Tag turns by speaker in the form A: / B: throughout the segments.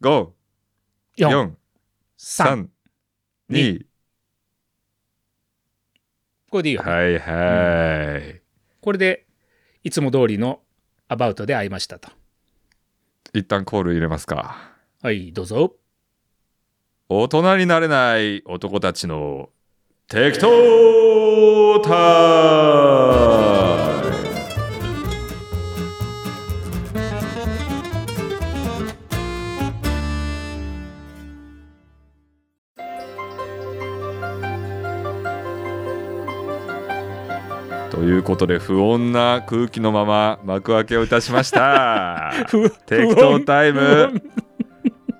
A: 5、
B: 4、
A: 4、
B: 3。
A: 3、2。
B: これでいいよね。
A: はいは
B: これで、いつも通りのアバウトで会いましたと。
A: い。一旦コール入れますか。
B: はい、ど うぞ。
A: 大人になれない男たちの適当タイムということで不穏な空気のまま幕開けをいたしました
B: ふ
A: 適当タイ
B: 不穏
A: ム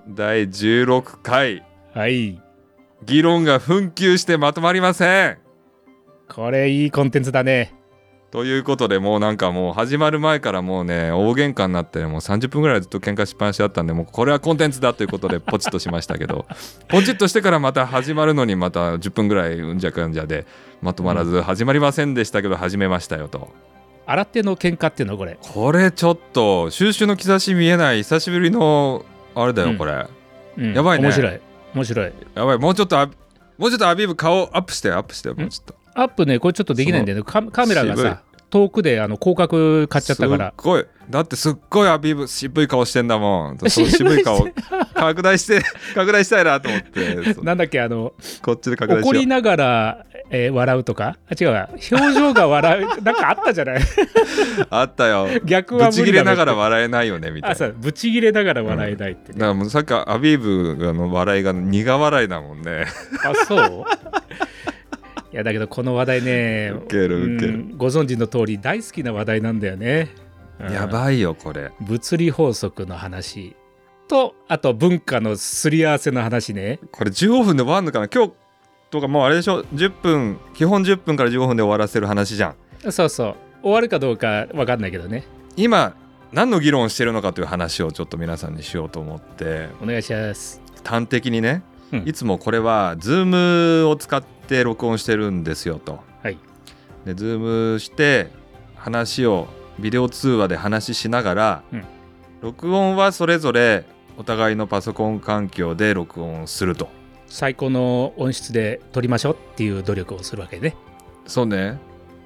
A: 第16回
B: はい。
A: 議論が紛糾してまとまりません
B: これいいコンテンツだね。
A: ということでもうなんかもう始まる前からもうね大喧嘩になってもう30分ぐらいずっと喧嘩しっぱなしだったんでもうこれはコンテンツだということでポチッとしましたけ どポチッとしてからまた始まるのにまた10分ぐらいうんじゃかんじゃでまとまらず始まりませんでしたけど始めましたよと
B: 新手の喧嘩っていうのこれ。
A: これちょっと収拾の兆し見えない久しぶりのあれだ
B: う
A: よ
B: ん
A: これ、
B: うん
A: やばいね
B: 面白い。面白い。
A: やばいもうちょっとあもうちょっとアビーブ顔アップしてアップしてもうちょっと
B: アップね、これちょっとできないんだよね。カカメラがさ、遠くであの広角買っちゃったから
A: す。っごいだってすっごいアビーブ渋い顔してんだもんそう
B: 渋
A: 渋
B: い
A: い顔拡大して 拡大したいなと思ってそう
B: なんだっけ、あの、
A: こっちで拡大し
B: 怒
A: よう
B: りながら、えー笑うとかあ違うわ表情が笑う なんかあったじゃない
A: あったよ
B: 逆は
A: ぶ
B: 無
A: ち切
B: 理だ
A: れ
B: ね
A: ながら笑えないよねみたい
B: あ
A: な
B: そ
A: だ
B: うぶち切れながら笑えないってね、
A: からもうさっきアビーブの笑いが苦笑いだもんね
B: あそういやだけどこの話題ね
A: ウケるウケ
B: う
A: る
B: んご存知の通り大好きな話題なんだよね、うん
A: やばいよこれ
B: 物理法則の話とあと文化のすり合わせの話ね
A: これ15分で終わんのかな今日とかもうあれでしょ10分基本10分から15分で終わらせる話じゃん
B: そうそう終わるかどうかわかんないけどね
A: 今何の議論をしてるのかという話をちょっと皆さんにしようと思って
B: お願いします
A: 端的にね、
B: うん
A: いつもこれは Zoom を使って録音してるんですよと。
B: はい
A: で Zoom して話をビデオ通話で話ししながら、
B: うん
A: 録音はそれぞれお互いのパソコン環境で録音すると。
B: 最高の音質で撮りましょうっていう努力をするわけね
A: そうね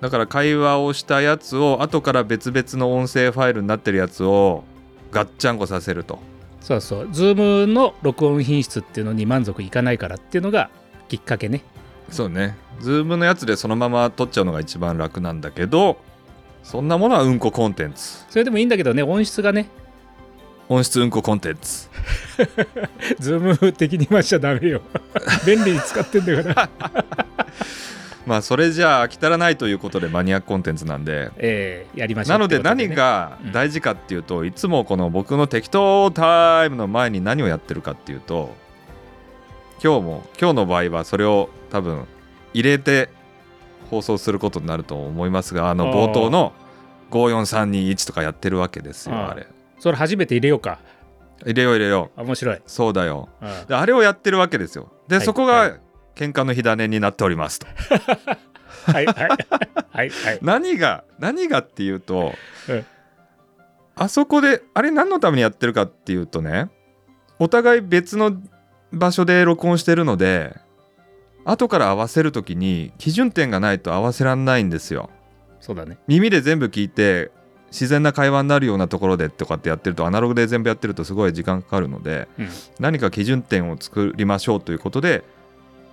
A: だから会話をしたやつを後から別々の音声ファイルになってるやつをガッチャンコさせると。
B: そうそう、ズームの録音品質っていうのに満足いかないからっていうのがきっかけね。
A: そうね Zoom のやつでそのまま撮っちゃうのが一番楽なんだけどそんなものはうんこコンテンツ。
B: それでもいいんだけどね、音質がね、
A: 音質うんこコンテンツ
B: ズーム的に言わしちゃダメよ。 便利に使ってんだ から。
A: まあそれじゃあ飽き足らないということでマニアックコンテンツなんで
B: えーやりましょう
A: なの
B: って
A: で
B: ことね、
A: 何が
B: うん
A: 大事かっていうといつもこの僕の適当タイムの前に何をやってるかっていうと今日も今日の場合はそれを多分入れて放送することになると思いますがあの
B: あー
A: 冒頭の54321とかやってるわけですよ
B: あー
A: あれ
B: それ初めて入れようか。
A: 入れよう入れよ
B: あ面白い。
A: うそうだよ
B: うん
A: であれをやってるわけですよで、
B: はい
A: そこ
B: は
A: が
B: い
A: 喧嘩の火種になっており ますと
B: はいはい。はいはい。
A: 何が何がっていうと、
B: うん
A: あそこであれ何のためにやってるかっていうとねお互い別の場所で録音してるので後から合わせる時に基準点がないと合わせらんないんですよ。
B: そうだね。
A: 耳で全部聞いて自然な会話になるようなところでとかってやってるとアナログで全部やってるとすごい時間かかるので、
B: うん
A: 何か基準点を作りましょうということで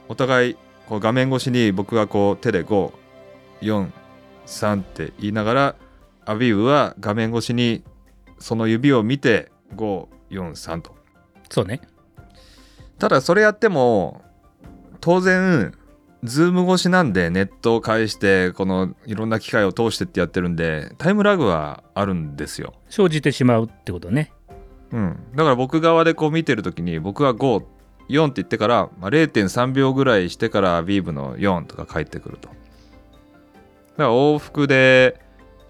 A: お互いこう画面越しに僕がこう手で543って言いながらアビーブは画面越しにその指を見て543と。
B: そうね。
A: ただそれやっても当然ズーム越しなんでネットを介してこのいろんな機械を通してってやってるんでタイムラグはあるんですよ、
B: 生じてしまうってことね。
A: うん、だから僕側でこう見てる時に僕は54って言ってから、まあ、0.3秒ぐらいしてからビーブの4とか返ってくるとだから往復で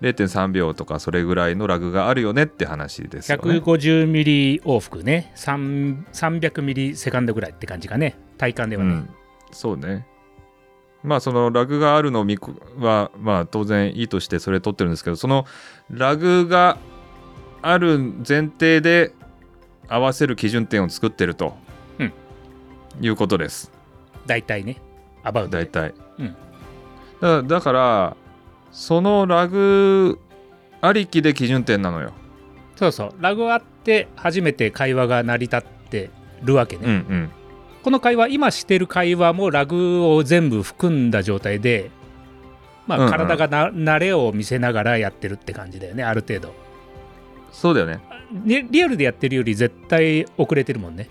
A: 0.3秒とかそれぐらいのラグがあるよねって話ですよね
B: 150ミリ往復ね。3 300ミリセカンドぐらいって感じかね。体感では
A: う
B: ね。
A: ん、そうねまあそのラグがあるのを見こはまあ当然いいとしてそれ撮ってるんですけどそのラグがある前提で合わせる基準点を作ってると、
B: うん
A: いうことです
B: 大体ねアバウト
A: 大体、
B: うん
A: だだからそのラグありきで基準点なのよ、
B: そうそうラグあって初めて会話が成り立ってるわけね、
A: うんうん
B: この会話今してる会話もラグを全部含んだ状態でま
A: うんう
B: あ
A: ん
B: 体がな、慣れを見せながらやってるって感じだよねある程度
A: そうだよね
B: ねリアルでやってるより絶対遅れてるもんね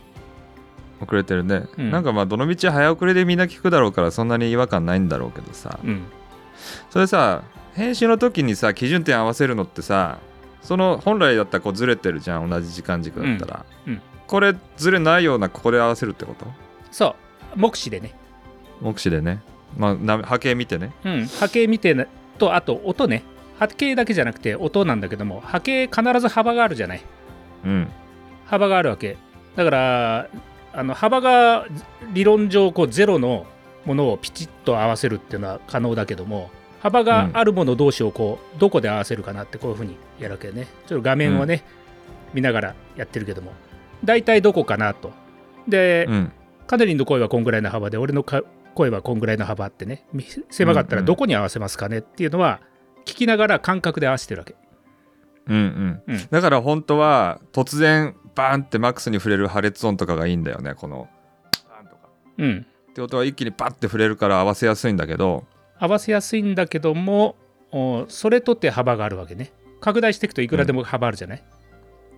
A: 遅れてるね、
B: うん
A: なんかまあどの道早遅れでみんな聞くだろうからそんなに違和感ないんだろうけどさ
B: うん
A: それさ編集の時にさ基準点合わせるのってさその本来だったらこうずれてるじゃん同じ時間軸だったら、
B: うんうん
A: これずれないようなここで合わせるってこと
B: そう目視でね、
A: 目視でねまあな波形見てね
B: うん、波形見てなとあと音ね波形だけじゃなくて音なんだけども波形必ず幅があるじゃない
A: うん
B: 幅があるわけだからあの幅が理論上こうゼロのものをピチッと合わせるっていうのは可能だけども幅があるもの同士をこうどこで合わせるかなってこういうふうにやるわけねちょっと画面をね、見ながらやってるけども大体どこかなとで、
A: うん
B: カネリンの声はこんぐらいの幅で俺のか声はこんぐらいの幅ってねみ狭かったらどこに合わせますかねっていうのは聞きながら感覚で合わせてるわけ
A: うんうん、
B: うん
A: だから本当は突然バーンってマックスに触れる破裂音とかがいいんだよねこのバーンとか
B: うん
A: ってことは一気にバッて触れるから合わせやすいんだけど
B: 合わせやすいんだけどもおそれとって幅があるわけね拡大していくといくらでも幅あるじゃない、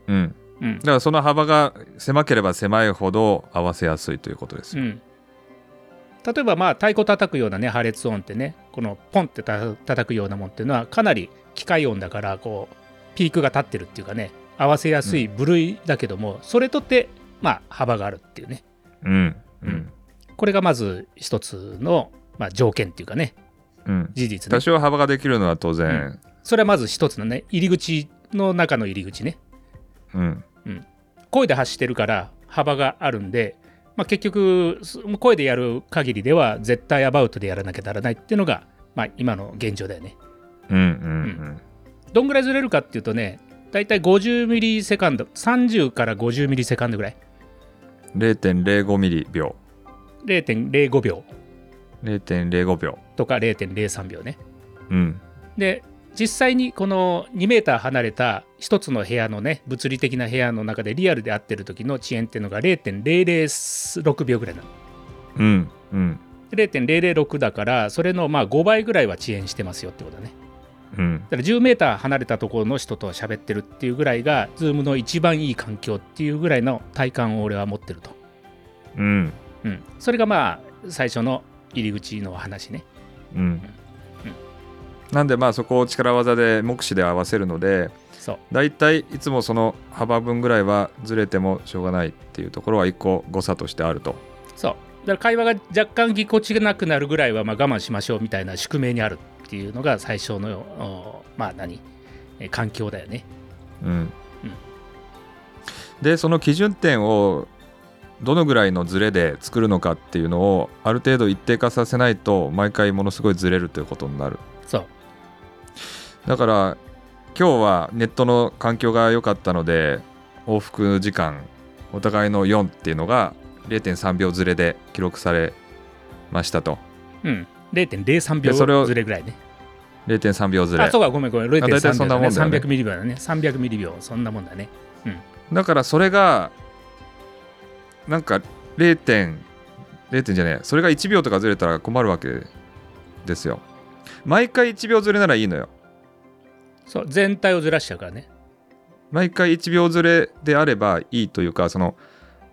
A: うん
B: うん
A: だからその幅が狭ければ狭いほど合わせやすいということですよ。
B: うん例えばまあ太鼓叩くようなね破裂音ってねこのポンってた叩くようなもんっていうのはかなり機械音だからこうピークが立ってるっていうかね合わせやすい部類だけども、それとってまあ幅があるっていうね
A: うんう
B: うんんこれがまず一つの、まあ、条件っていうかね
A: うん、
B: 事実ね
A: 多少幅ができるのは当然、
B: それはまず一つのね入り口の中の入り口ね
A: うん
B: 声で発してるから幅があるんで、まあ、結局す声でやる限りでは絶対アバウトでやらなきゃならないっていうのが、まあ、今の現状だよね
A: うんうん
B: どんぐらいずれるかっていうとねだいたい50ミリセカンド30から50ミリセカンドぐらい
A: うん、0.05ミリ秒
B: 0.05秒
A: 0.05秒、
B: とか0.03秒ね
A: うん
B: で実際にこの2メーター離れた一つの部屋のね物理的な部屋の中でリアルで合ってる時の遅延っていうのが0.006秒ぐらいなの
A: うんうん
B: 0.006だからそれのまあ5倍ぐらいは遅延してますよってことだね
A: うん
B: だから10メーター離れたところの人と喋ってるっていうぐらいが Zoom の一番いい環境っていうぐらいの体感を俺は持ってると、
A: うん
B: うん、それがまあ最初の入り口の話ね
A: うんなんでまあそこを力技で目視で合わせるので
B: そう
A: だいたいいつもその幅分ぐらいはずれてもしょうがないっていうところは一個誤差としてあると。
B: そうだから会話が若干ぎこちなくなるぐらいはまあ我慢しましょうみたいな宿命にあるっていうのが最初のおまあ何え環境だよね
A: うんでその基準点をどのぐらいのズレで作るのかっていうのをある程度一定化させないと毎回ものすごいズレるということになる
B: そう
A: だから今日はネットの環境が良かったので往復時間お互いの4っていうのが0.3秒ズレで記録されましたと
B: うん0.03
A: でそれを
B: 秒ずれぐらいね
A: 0.3秒ズレ
B: あ、そうか、ごめんごめん、0.3秒
A: 大体そんなもんだよね
B: 300ミリ秒だね。300ミリ秒、そんなもんだね。
A: だからそれがなんか0点0点じゃねえそれが1秒とかずれたら困るわけですよ毎回1秒ずれならいいのよ
B: そう、全体をずらしちゃうからね。
A: 毎回1秒ずれであればいいというかその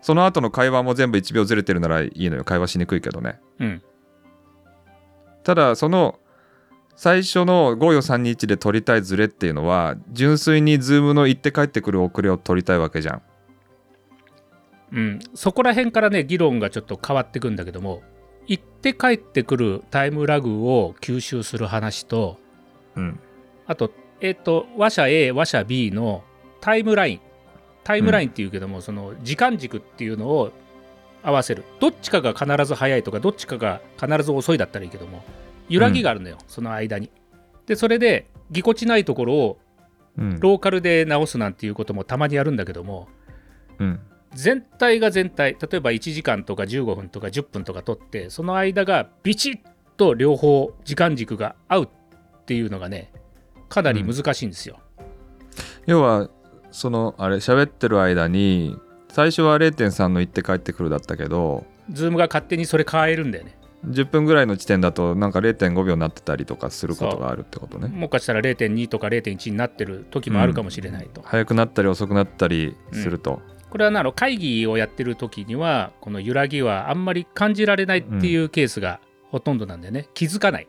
A: その後の会話も全部1秒ずれてるならいいのよ会話しにくいけどね
B: うん。
A: ただその最初の54321で取りたいズレっていうのは純粋にズームの行って帰ってくる遅れを取りたいわけじゃん
B: うん。そこら辺からね、議論がちょっと変わってくんだけども、行って帰ってくるタイムラグを吸収する話と、
A: うん
B: あと、えっ、と、話者 A、話者 B のタイムライン。タイムラインっていうけども、その時間軸っていうのを合わせる。どっちかが必ず早いとか、どっちかが必ず遅いだったらいいけども、揺らぎがあるのよ、その間に。で、それで、ぎこちないところを
A: うん
B: ローカルで直すなんていうこともたまにやるんだけども、
A: うん
B: 全体が全体例えば1時間とか15分とか10分とか取ってその間がビチッと両方時間軸が合うっていうのがねかなり難しいんですよ。
A: 要はそのあれ喋ってる間に最初は0.3の行って帰ってくるだったけど
B: ズームが勝手にそれ変えるんだよね。
A: 10分ぐらいの地点だとなんか0.5秒になってたりとかすることがあるってことね
B: もしかしたら0.2とか0.1になってる時もあるかもしれないと。
A: 早くなったり遅くなったりすると、
B: これはなあの会議をやってる時にはこの揺らぎはあんまり感じられないっていうケースがほとんどなんでね、気づかない。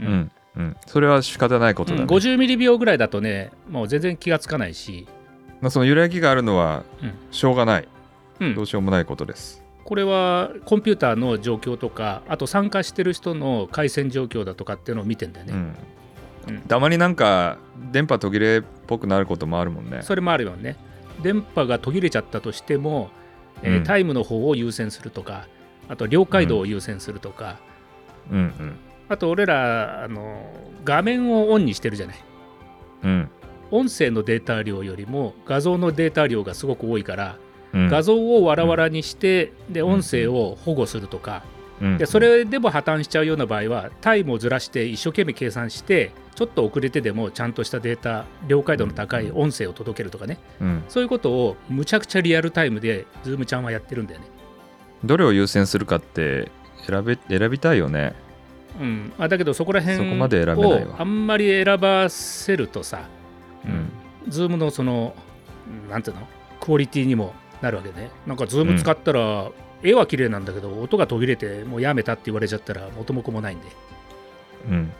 A: う
B: うん
A: うんそれは仕方ないことだね、
B: うん50ミリ秒ぐらいだとねもう全然気がつかないし、
A: まあその揺らぎがあるのは
B: うん
A: しょうがない、
B: うん
A: どうしようもないことです
B: これはコンピューターの状況とかあと参加してる人の回線状況だとかっていうのを見てんだよ
A: う
B: ね、
A: ん
B: うん
A: たまになんか電波途切れっぽくなることもあるもんね
B: それもあるよね電波が途切れちゃったとしても、えー
A: うん
B: タイムの方を優先するとかあと領海道を優先するとか、
A: うん
B: あと俺らあの画面をオンにしてるじゃない
A: うんうん
B: 音声のデータ量よりも画像のデータ量がすごく多いから、
A: うん
B: 画像をわらわらにして、で音声を保護するとか、
A: うん
B: でそれでも破綻しちゃうような場合はタイムをずらして一生懸命計算してちょっと遅れてでもちゃんとしたデータ了解度の高い音声を届けるとかね
A: うん
B: そういうことをむちゃくちゃリアルタイムでズームちゃんはやってるんだよね。
A: どれを優先するかって選べ選びたいよね
B: うん、あだけどそこら辺
A: そこまで選べない
B: を
A: わ
B: あんまり選ばせるとさ、
A: うん
B: ズームのそのうんなんていうのクオリティにもなるわけねなんかズーム使ったら、絵は綺麗なんだけど音が途切れてもうやめたって言われちゃったら元も子もないんで
A: うん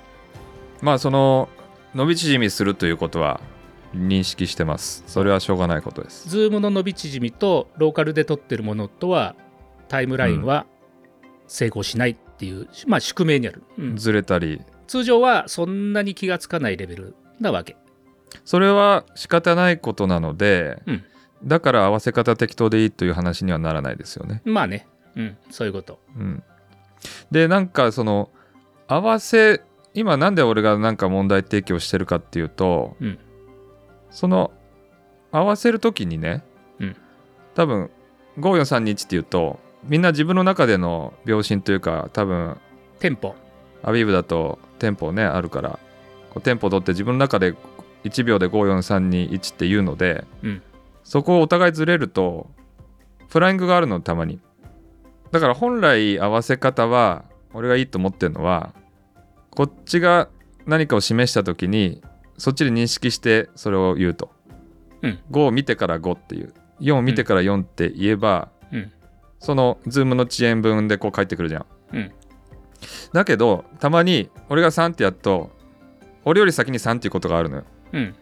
A: まあその伸び縮みするということは認識してますそれはしょうがないことです
B: ズームの伸び縮みとローカルで撮ってるものとはタイムラインは成功しないっていう、まあ宿命にある、うん
A: ずれたり
B: 通常はそんなに気がつかないレベルなわけ
A: それは仕方ないことなので、
B: うん
A: だから合わせ方適当でいいという話にはならないですよね。
B: まあね、うん、そういうこと
A: うん、でなんかその合わせ今なんで俺がなんか問題提起をしてるかっていうと、
B: うん
A: その合わせる時にね、
B: うん
A: 多分54321っていうとみんな自分の中での秒針というか多分
B: テンポ
A: アビーブだとテンポねあるからこうテンポ取って自分の中で1秒で54321って言うので、
B: うん
A: そこをお互いずれるとフライングがあるのたまにだから本来合わせ方は俺がいいと思ってるのはこっちが何かを示した時にそっちで認識してそれを言うと、
B: うん
A: 5を見てから5っていう4を見てから4って言えば、
B: うん
A: そのズームの遅延分でこう返ってくるじゃん
B: うん
A: だけどたまに俺が3ってやっと俺より先に3っていうことがあるのよ
B: うん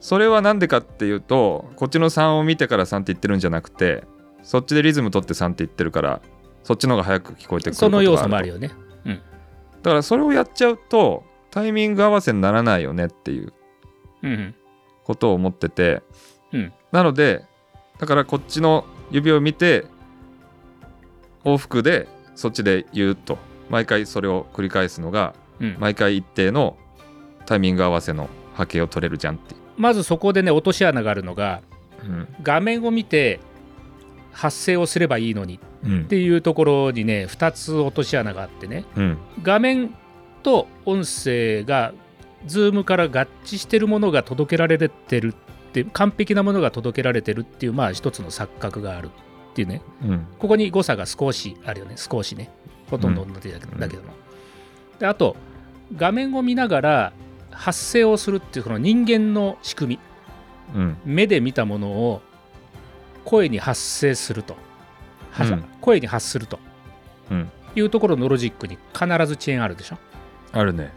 A: それは何でかっていうとこっちの3を見てから3って言ってるんじゃなくてそっちでリズム取って3って言ってるからそっちの方が早く聞こえてくる
B: その要素もある
A: よ
B: よね
A: だからそれをやっちゃうとタイミング合わせにならないよねっていう
B: うんうん
A: ことを思ってて、
B: うん
A: なのでだからこっちの指を見て往復でそっちで言うと毎回それを繰り返すのが
B: うん
A: 毎回一定のタイミング合わせの波形を取れるじゃんっていう、
B: まずそこでね落とし穴があるのが画面を見て発声をすればいいのにっ
A: うん
B: ていうところにね2つ落とし穴があってね
A: うん
B: 画面と音声が Zoom から合致してるものが届けられてるって完璧なものが届けられてるっていうまあ一つの錯覚があるっていうね
A: うん
B: ここに誤差が少しあるよね少しねほとんど同じだけど,、
A: うん
B: だけどもであと画面を見ながら発声をするっていうこの人間の仕組み
A: うん
B: 目で見たものを声に発声すると、は
A: うん
B: 声に発すると
A: うん
B: いうところのロジックに必ず遅延あるでしょ
A: あるね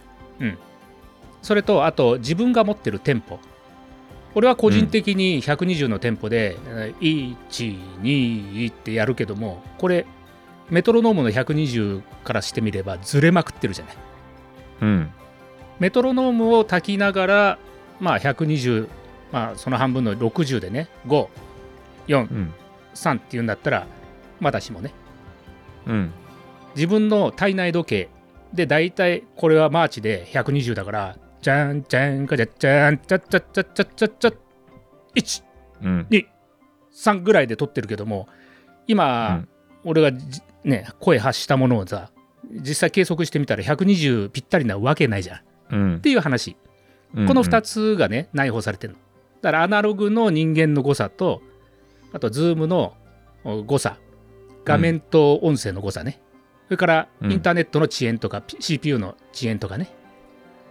B: それとあと自分が持ってるテンポ俺は個人的に120のテンポで、えー121ってやるけどもこれメトロノームの120からしてみればずれまくってるじゃない
A: うん
B: メトロノームを炊きながらまあ120まあその半分の60でね543
A: うん
B: っていうんだったらまだしもね
A: うん
B: 自分の体内時計で大体これはマーチで120だからじゃんじゃんかじゃじゃんちゃちゃちゃちゃちゃちゃ123
A: うん
B: 3ぐらいで撮ってるけども今、
A: うん
B: 俺がじね声発したものをさ実際計測してみたら120ぴったりなわけないじゃんっ
A: うん
B: ていう話この2つがね内包されてるのだからアナログの人間の誤差とあとズームのお誤差画面と音声の誤差ね、それから
A: うん
B: インターネットの遅延とか、P- CPU の遅延とかね、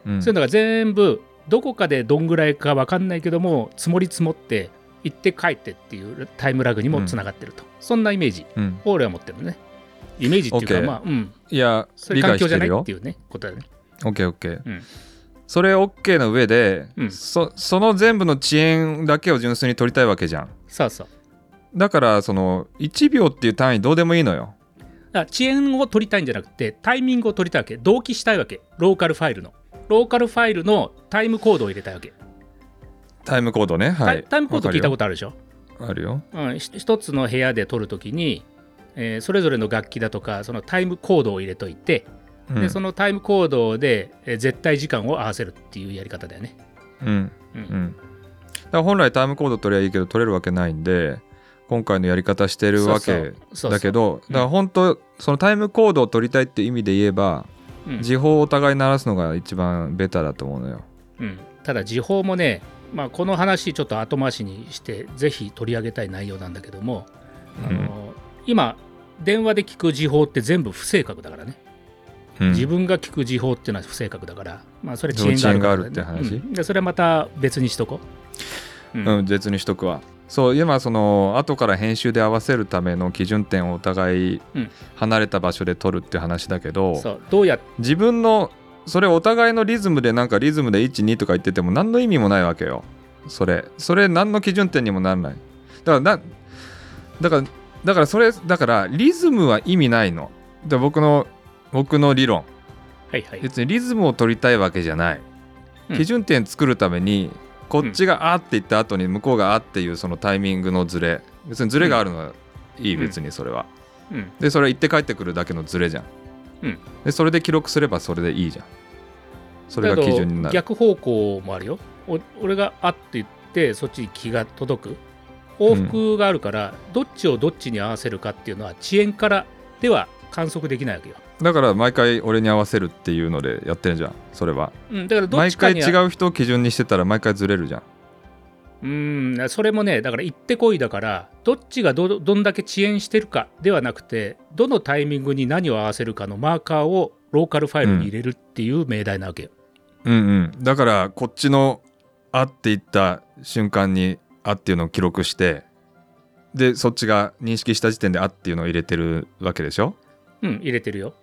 A: うん
B: そういうのが全部どこかでどんぐらいか分かんないけども積もり積もって行って帰ってっていうタイムラグにもつながってると、そんなイメージ
A: うん
B: を俺は持ってるのねイメージっていうか
A: OK
B: まあうん
A: いや
B: それ
A: 理
B: 環
A: 解
B: 境
A: し
B: じゃ
A: て
B: な
A: る
B: い
A: よ
B: っていうねことだね
A: オッケーオッケー、
B: うん
A: それオッケーの上で、
B: うん
A: そその全部の遅延だけを純粋に取りたいわけじゃん
B: そうそう
A: だからその1秒っていう単位どうでもいいのよ
B: だから遅延を取りたいんじゃなくてタイミングを取りたいわけ同期したいわけローカルファイルのローカルファイルのタイムコードを入れたいわけ、
A: タイムコードねは
B: タイ
A: い
B: タイムコード聞いたこととあるでしょ
A: あるよ
B: うん、ひ一つの部屋で撮るときに、えーそれぞれの楽器だとかそのタイムコードを入れといて、
A: うん
B: でそのタイムコードで、えー絶対時間を合わせるっていうやり方だよね、
A: うん
B: うん
A: うんだから本来タイムコード取りゃいいけど取れるわけないんで今回のやり方してるわけ
B: そうそう
A: だけど
B: うん
A: だから本当そのタイムコードを取りたいって意味で言えば
B: うん
A: 時報をお互い鳴らすのが一番ベタだと思うのよ
B: うんただ時報もね、まあ、この話ちょっと後回しにしてぜひ取り上げたい内容なんだけども、あの今電話で聞く時報って全部不正確だからね、
A: うん
B: 自分が聞く時報っていうのは不正確だから、まあ、それ遅
A: そう
B: 延があるからね、
A: 遅延があるって話
B: うんでそれはまた別にしとこう、うん
A: うん、別にしとくわそう今その後から編集で合わせるための基準点をお互い
B: うん
A: 離れた場所で撮るって話だけど、
B: そうどうやっ
A: 自分のそれお互いのリズムでなんかリズムで12とか言ってても何の意味もないわけよそれそれ何の基準点にもならないだからなだからだからそれだからリズムは意味ないので僕の僕の理論
B: はいはい
A: 別にリズムを取りたいわけじゃない、
B: うん
A: 基準点作るためにこっちが「あ」って言った後に向こうが「あ」っていうそのタイミングのズレ別にズレがあるのはいい、
B: うん
A: 別にそれは
B: うん
A: でそれは行って帰ってくるだけのズレじゃん、
B: うん
A: でそれで記録すればそれでいいじゃんそれが基準にな
B: だけど
A: る
B: 逆方向もあるよお俺があって言ってそっちに気が届く往復があるから、どっちをどっちに合わせるかっていうのは遅延からでは観測できないわけよ、
A: だから毎回俺に合わせるっていうのでやってるじゃんそれは
B: うん、だからどっ
A: 毎
B: ちか
A: 回
B: には
A: 違う人を基準にしてたら毎回ズレるじゃん
B: うんそれもねだから行ってこいだからどっちがどどんだけ遅延してるかではなくてどのタイミングに何を合わせるかのマーカーをローカルファイルに入れるっていう命題なわけよ、
A: うんうんだからこっちの「あ」って言った瞬間に「あ」っていうのを記録してでそっちが認識した時点で「あ」っていうのを入れてるわけでしょ
B: うん入れてるよ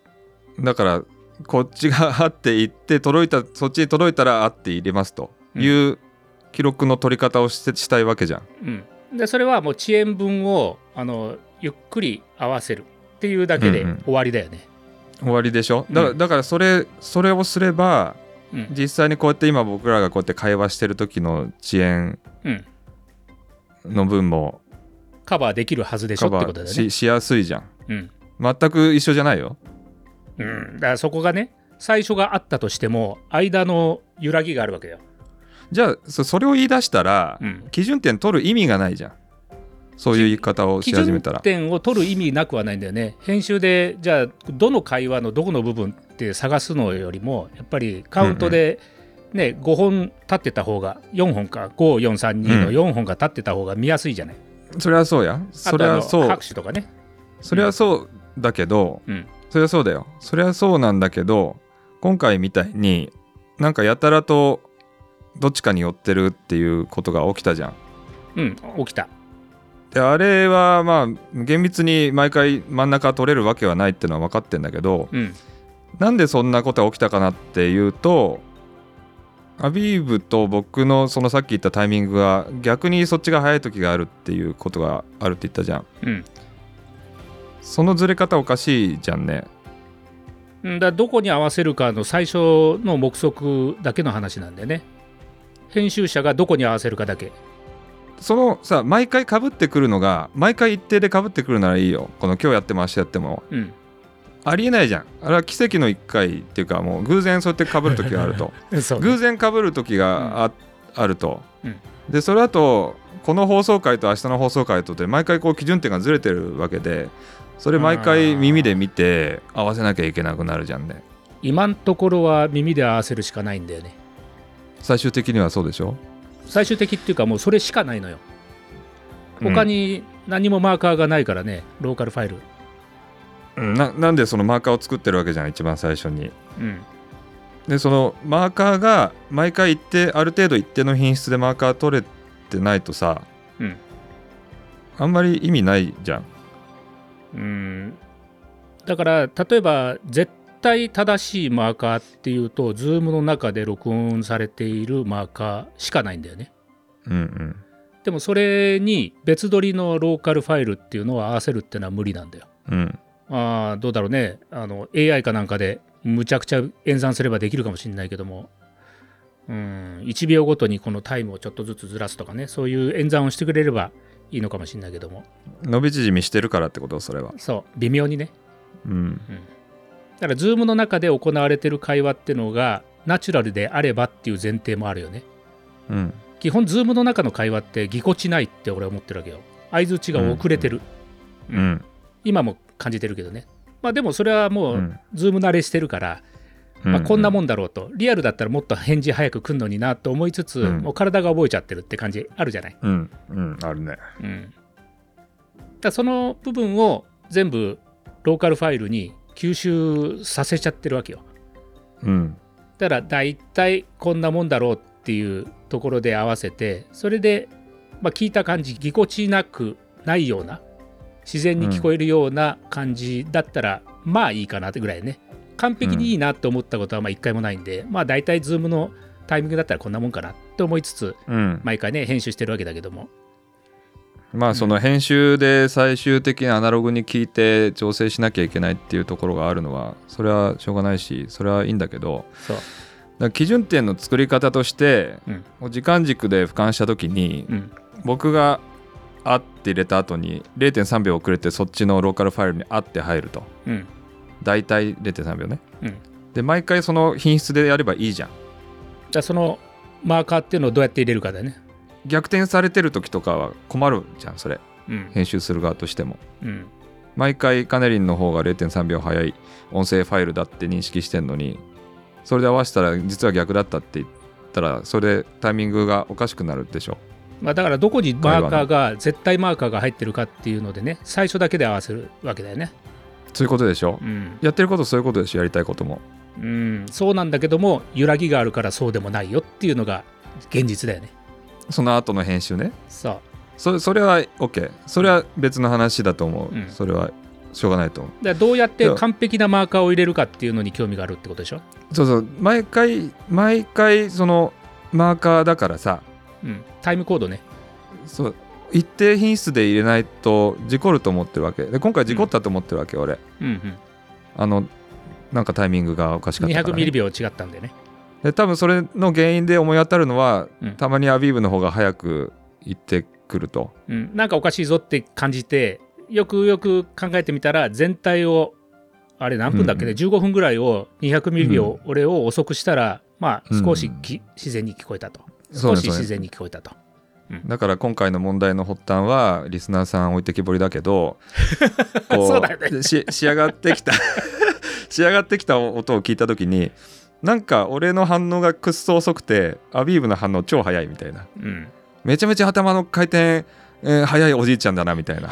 A: だからこっちが「あ」って言って届いたそっちに届いたら「あ」って入れますという記録の取り方をしてしたいわけじゃん。
B: うん、でそれはもう遅延分をあのゆっくり合わせるっていうだけで
A: うんうん
B: 終わりだよね。
A: 終わりでしょだ,、
B: うん
A: だからそれそれをすれば
B: うん
A: 実際にこうやって今僕らがこうやって会話してる時の遅延
B: うん
A: の分も
B: カバーできるはずでしょ
A: カ
B: って
A: バ
B: ことだ
A: ー
B: よ
A: し,、
B: ね。
A: しやすいじゃん。
B: うん
A: 全く一緒じゃないよ。
B: うん、だからそこがね最初があったとしても間の揺らぎがあるわけよ。
A: じゃあそそれを言い出したら、
B: うん
A: 基準点取る意味がないじゃんそういう言い方をし
B: 基
A: 始
B: 準
A: めたら
B: 点を取る意味なくはないんだよね。編集でじゃあどの会話のどこの部分って探すのよりもやっぱりカウントで、ね5本立ってた方が4本か5432の4本が立ってた方が見やすいじゃない。
A: それはそうやそれ
B: あ
A: は
B: とあ
A: そ
B: の
A: う
B: 拍手とかね。
A: それはそうだけど、
B: うん
A: それはそうだよそれはそうなんだけど今回みたいになんかやたらとどっちかに寄ってるっていうことが起きたじゃん
B: うん、起きた。
A: であれはまあ厳密に毎回真ん中取れるわけはないってのは分かってんだけど
B: うん、
A: なんでそんなことが起きたかなっていうとアビーブと僕のそのさっき言ったタイミングが逆にそっちが早い時があるっていうことがあるって言ったじゃん
B: うん
A: そのずれ方おかしいじゃんね
B: うん。だからどこに合わせるかの最初の目測だけの話なんだよね。編集者がどこに合わせるかだけ。
A: そのさ毎回かぶってくるのが毎回一定でかぶってくるならいいよこの今日やっても明日やっても
B: うん、
A: ありえないじゃんあれは奇跡の1回っていうかもう偶然そうやってかぶる 時があると
B: そう、
A: 偶然かぶる時があ,、あると、
B: うん
A: でそれだとこの放送回と明日の放送回とって毎回こう基準点がずれてるわけでそれ毎回耳で見て合わせなきゃいけなくなるじゃんね
B: 今のところは耳で合わせるしかないんだよね
A: 最終的にはそうでしょ
B: 最終的っていうかもうそれしかないのよ他、に何もマーカーがないからね、ローカルファイル、
A: うんうんななんでそのマーカーを作ってるわけじゃん一番最初に
B: うん、
A: でそのマーカーが毎回一定ある程度一定の品質でマーカー取れてないとさ、
B: うん
A: あんまり意味ないじゃん
B: うん、だから例えば絶対正しいマーカーっていうと Zoom の中で録音されているマーカーしかないんだよね
A: うんうん
B: でもそれに別撮りのローカルファイルっていうのを合わせるっていうのは無理なんだよ
A: うん
B: あーどうだろうねあの AI かなんかでむちゃくちゃ演算すればできるかもしれないけどもうん1秒ごとにこのタイムをちょっとずつずらすとかねそういう演算をしてくれればいいのかもしれないけども
A: 伸び縮みしてるからってことそれは
B: そう微妙にね
A: うん
B: だから Zoom の中で行われてる会話ってのがナチュラルであればっていう前提もあるよね
A: うん
B: 基本 Zoom の中の会話ってぎこちないって俺は思ってるわけよ相づちが遅れてる、
A: うんうん
B: 今も感じてるけどねまあでもそれはも
A: う
B: うん Zoom 慣れしてるから、まあ、こんなもんだろうと、リアルだったらもっと返事早く来るのになと思いつつ、
A: うん
B: もう体が覚えちゃってるって感じあるじゃない。
A: うんうんあるね
B: うん、だからその部分を全部ローカルファイルに吸収させちゃってるわけよ。
A: うん
B: だから大体こんなもんだろうっていうところで合わせてそれで、まあ、聞いた感じぎこちなくないような自然に聞こえるような感じだったら、まあいいかなってぐらいね完璧にいいなと思ったことはまあ一回もないんで、まあ大体 Zoom のタイミングだったらこんなもんかなと思いつつ
A: うん
B: 毎回ね編集してるわけだけども
A: まあその編集で最終的にアナログに聞いて調整しなきゃいけないっていうところがあるのはそれはしょうがないしそれはいいんだけど
B: そう、
A: だから基準点の作り方として、
B: うん
A: もう時間軸で俯瞰した時に、
B: うん、
A: 僕が「あ」って入れた後に0.3秒遅れてそっちのローカルファイルに「あ」って入ると
B: うん、
A: 大体0.3秒ね、
B: うん
A: で毎回その品質でやればいいじゃん
B: じゃあそのマーカーっていうのをどうやって入れるかだよね
A: 逆転されてる時とかは困るじゃんそれ
B: うん
A: 編集する側としても
B: うん
A: 毎回カネリンの方が0.3秒早い音声ファイルだって認識してんのにそれで合わせたら実は逆だったって言ったらそれでタイミングがおかしくなるでしょ
B: まあ、だからどこにマーカーが絶対マーカーが入ってるかっていうのでね最初だけで合わせるわけだよね。
A: そういうことでしょ
B: うん、
A: やってることそういうことでしょやりたいことも
B: うん、そうなんだけども揺らぎがあるからそうでもないよっていうのが現実だよね。
A: その後の編集ね
B: そ
A: そそれは OK それは別の話だと思う、
B: うん
A: それはしょうがないと思
B: うだからどうやって
A: いや
B: 完璧なマーカーを入れるかっていうのに興味があるってことでしょ。
A: うそうそう毎回毎回そのマーカーだからさ
B: うん、タイムコードね。
A: そう一定品質で入れないと事故ると思ってるわけで今回事故ったと思ってるわけ、俺
B: うん
A: あのなんかタイミングがおかし
B: う
A: か
B: ん、
A: ったから、
B: 200ミリ
A: ね、
B: 秒違ったんでね。
A: で多分それの原因で思い当たるのは、
B: うん
A: たまにアビーブの方が早く行ってくると
B: うん、なんかおかしいぞって感じてよくよく考えてみたら全体をあれ何分だっけね、
A: うん
B: 15分ぐらいを200ミリ秒俺を遅くしたら、まあ
A: うん
B: 少しき、自然に聞こえたと
A: そうね
B: 少し自然に聞こえたと
A: だから今回の問題の発端はリスナーさん置いてきぼりだけ どこ
B: そうだよね
A: し仕上がってき た仕上がってきた音を聞いた時になんか俺の反応がくっそ遅くてアビーブの反応超早いみたいな
B: うん
A: めちゃめちゃ頭の回転、えー早いおじいちゃんだなみ たいな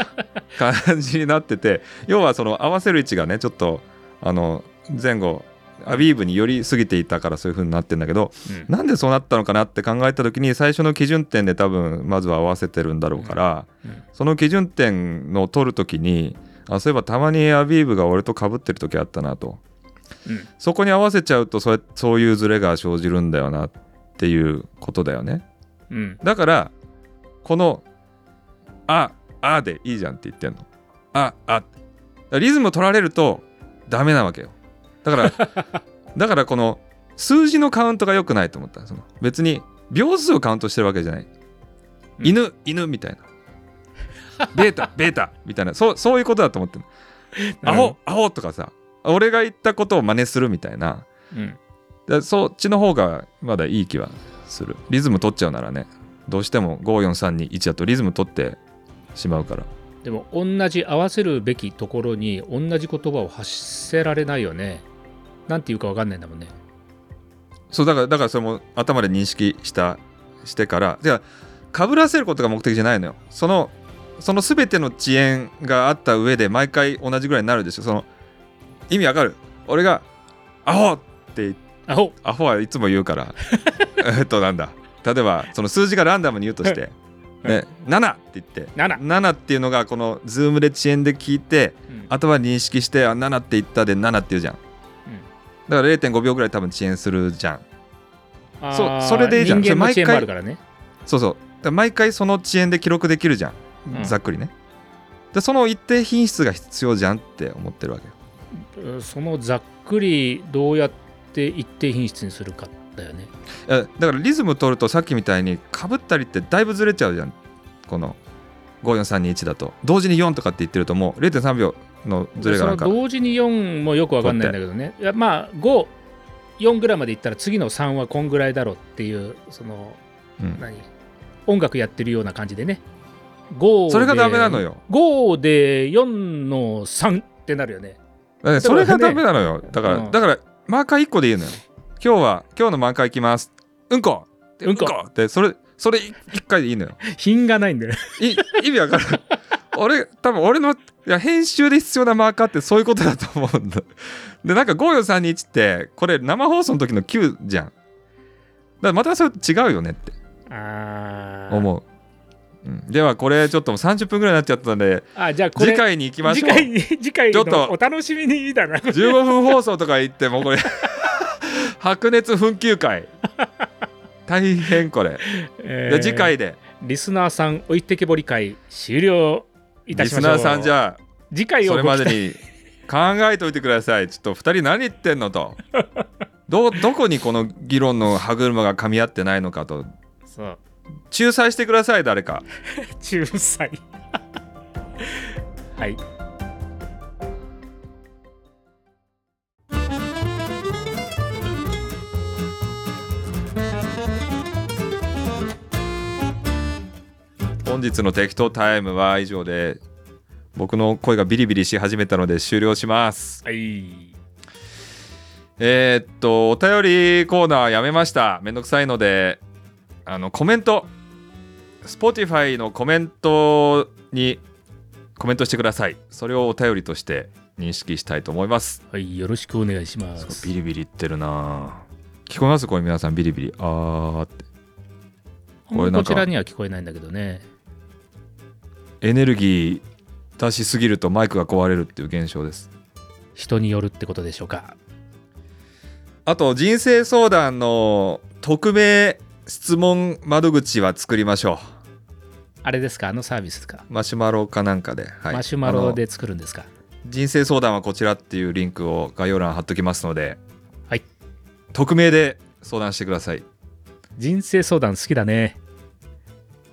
A: 感じになってて要はその合わせる位置がねちょっとあの前後アビーブに寄りすぎていたからそういう風になってんだけど
B: うん
A: なんでそうなったのかなって考えた時に最初の基準点で多分まずは合わせてるんだろうから、
B: うん
A: その基準点の取る時にあそういえばたまにアビーブが俺と被ってる時あったなと
B: うん
A: そこに合わせちゃうとそれそういうズレが生じるんだよなっていうことだよね
B: うん
A: だからこの「あ」「あ」でいいじゃんって言ってんの「あ」「あ」だからリズム取られるとダメなわけよだから だからこの数字のカウントが良くないと思ったその別に秒数をカウントしてるわけじゃない
B: うん
A: 犬、犬みたい なベータベータみたいなそうそういうことだと思ってるアホアホとかさ俺が言ったことを真似するみたいな
B: うん
A: だからそっちの方がまだいい気はするリズム取っちゃうならねどうしても54321だとリズム取ってしまうから
B: でも同じ合わせるべきところに同じ言葉を発せられないよねなんていうかわかんないんだもんね
A: そうだからだからそれも頭で認識したしてからじゃかぶらせることが目的じゃないのよそのその全ての遅延があった上で毎回同じぐらいになるでしょその意味わかる俺が「アホ!」って言って
B: アホ
A: アホはいつも言うからえっとなんだ例えばその数字がランダムに言うとして、
B: うん
A: ね、7って言って
B: 7、
A: 7っていうのがこのズームで遅延で聞いて
B: うん
A: 頭に認識してあ7って言ったで7って言うじゃんだから0.5秒ぐらい多分遅延するじゃん
B: あー
A: そうそれでいいじゃん
B: 人間の遅
A: それ毎
B: 延
A: 回
B: もあるからね
A: そうそうだから毎回その遅延で記録できるじゃん、
B: うん
A: ざっくりねでその一定品質が必要じゃんって思ってるわけよ
B: うんそのざっくりどうやって一定品質にするかだよね
A: えだからリズム取るとさっきみたいにかぶったりってだいぶずれちゃうじゃんこの54321だと同時に4とかって言ってるともう0.3秒のずれがなんか
B: その同時に4もよくわかんないんだけどねいやまあ54ぐらいまでいったら次の3はこんぐらいだろうっていうその
A: うん
B: 何音楽やってるような感じでね5
A: それがダメなのよ
B: 5で4の3ってなるよね
A: だからね
B: だ
A: そ
B: から
A: れ
B: ね
A: がダメなのよだから、
B: うん
A: だからマーカー1個でいいのよ今日は今日のマーカー行きますうんこで
B: うんこ
A: ってそれそれ1回でいいのよ
B: 品がないんだよ
A: い意味わからん 俺多分俺のいや編集で必要なマーカーってそういうことだと思うんだでなんか54321ってこれ生放送の時の9じゃんだからまたそれ違うよねって
B: あー
A: 思う、うん、ではこれちょっともう30分ぐらいになっちゃったんで
B: あじゃあこれ
A: 次回に行きまし
B: 次
A: ょう
B: 回に次回
A: ちょっと
B: のお楽しみにだな
A: 15分放送とか言ってもうこ れ白熱紛糾会大変これ、
B: え
A: で
B: ー
A: 次回で
B: リスナーさん置いてけぼり会終了いた
A: リ
B: し
A: ス
B: ましょう
A: ナーさんじゃあ
B: 次回
A: そ
B: をご
A: れ
B: 期
A: ま
B: 待
A: でに考えておいてください。ちょっと2人何言ってんのと。どうどこにこの議論の歯車が噛み合ってないのかと。
B: そう
A: 仲裁してください、誰か。
B: 仲裁はい
A: 本日の適当タイムは以上で、僕の声がビリビリし始めたので終了します。
B: はい
A: えーっと、お便りコーナーやめました。めんどくさいので、あの、コメント。Spotify のコメントにコメントしてください。それをお便りとして認識したいと思います。
B: はいよろしくお願いします
A: ごい
B: す
A: ビリビリいってるなぁ聞こえますこれ皆さんビリビリあーって
B: あ
A: こ
B: んま
A: れ
B: り
A: なん
B: こ
A: か
B: ちらには聞こえないんだけどね
A: エネルギー出しすぎるとマイクが壊れるっていう現象です
B: 人によるってことでしょうか
A: あと人生相談の匿名質問窓口は作りましょ
B: あれですかあのサービスですか、
A: うマシュマロかなんかで、はい
B: マシュマロ
A: あの
B: で作るんですか
A: 人生相談はこちらっていうリンクを概要欄貼っときますので
B: はい
A: 匿名で相談してください
B: 人生相談好きだね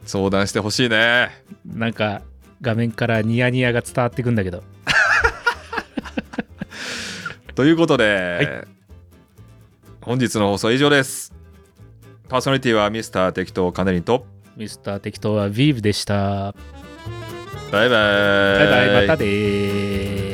A: 相談してほしいね
B: なんか画面からニヤニヤが伝わってくんだけど
A: ということで、本日の放送は以上です。パーソナリティはミスター適当カネリンと
B: ミスター適当はビーブでした
A: バイバイ。
B: バイバイまたでーす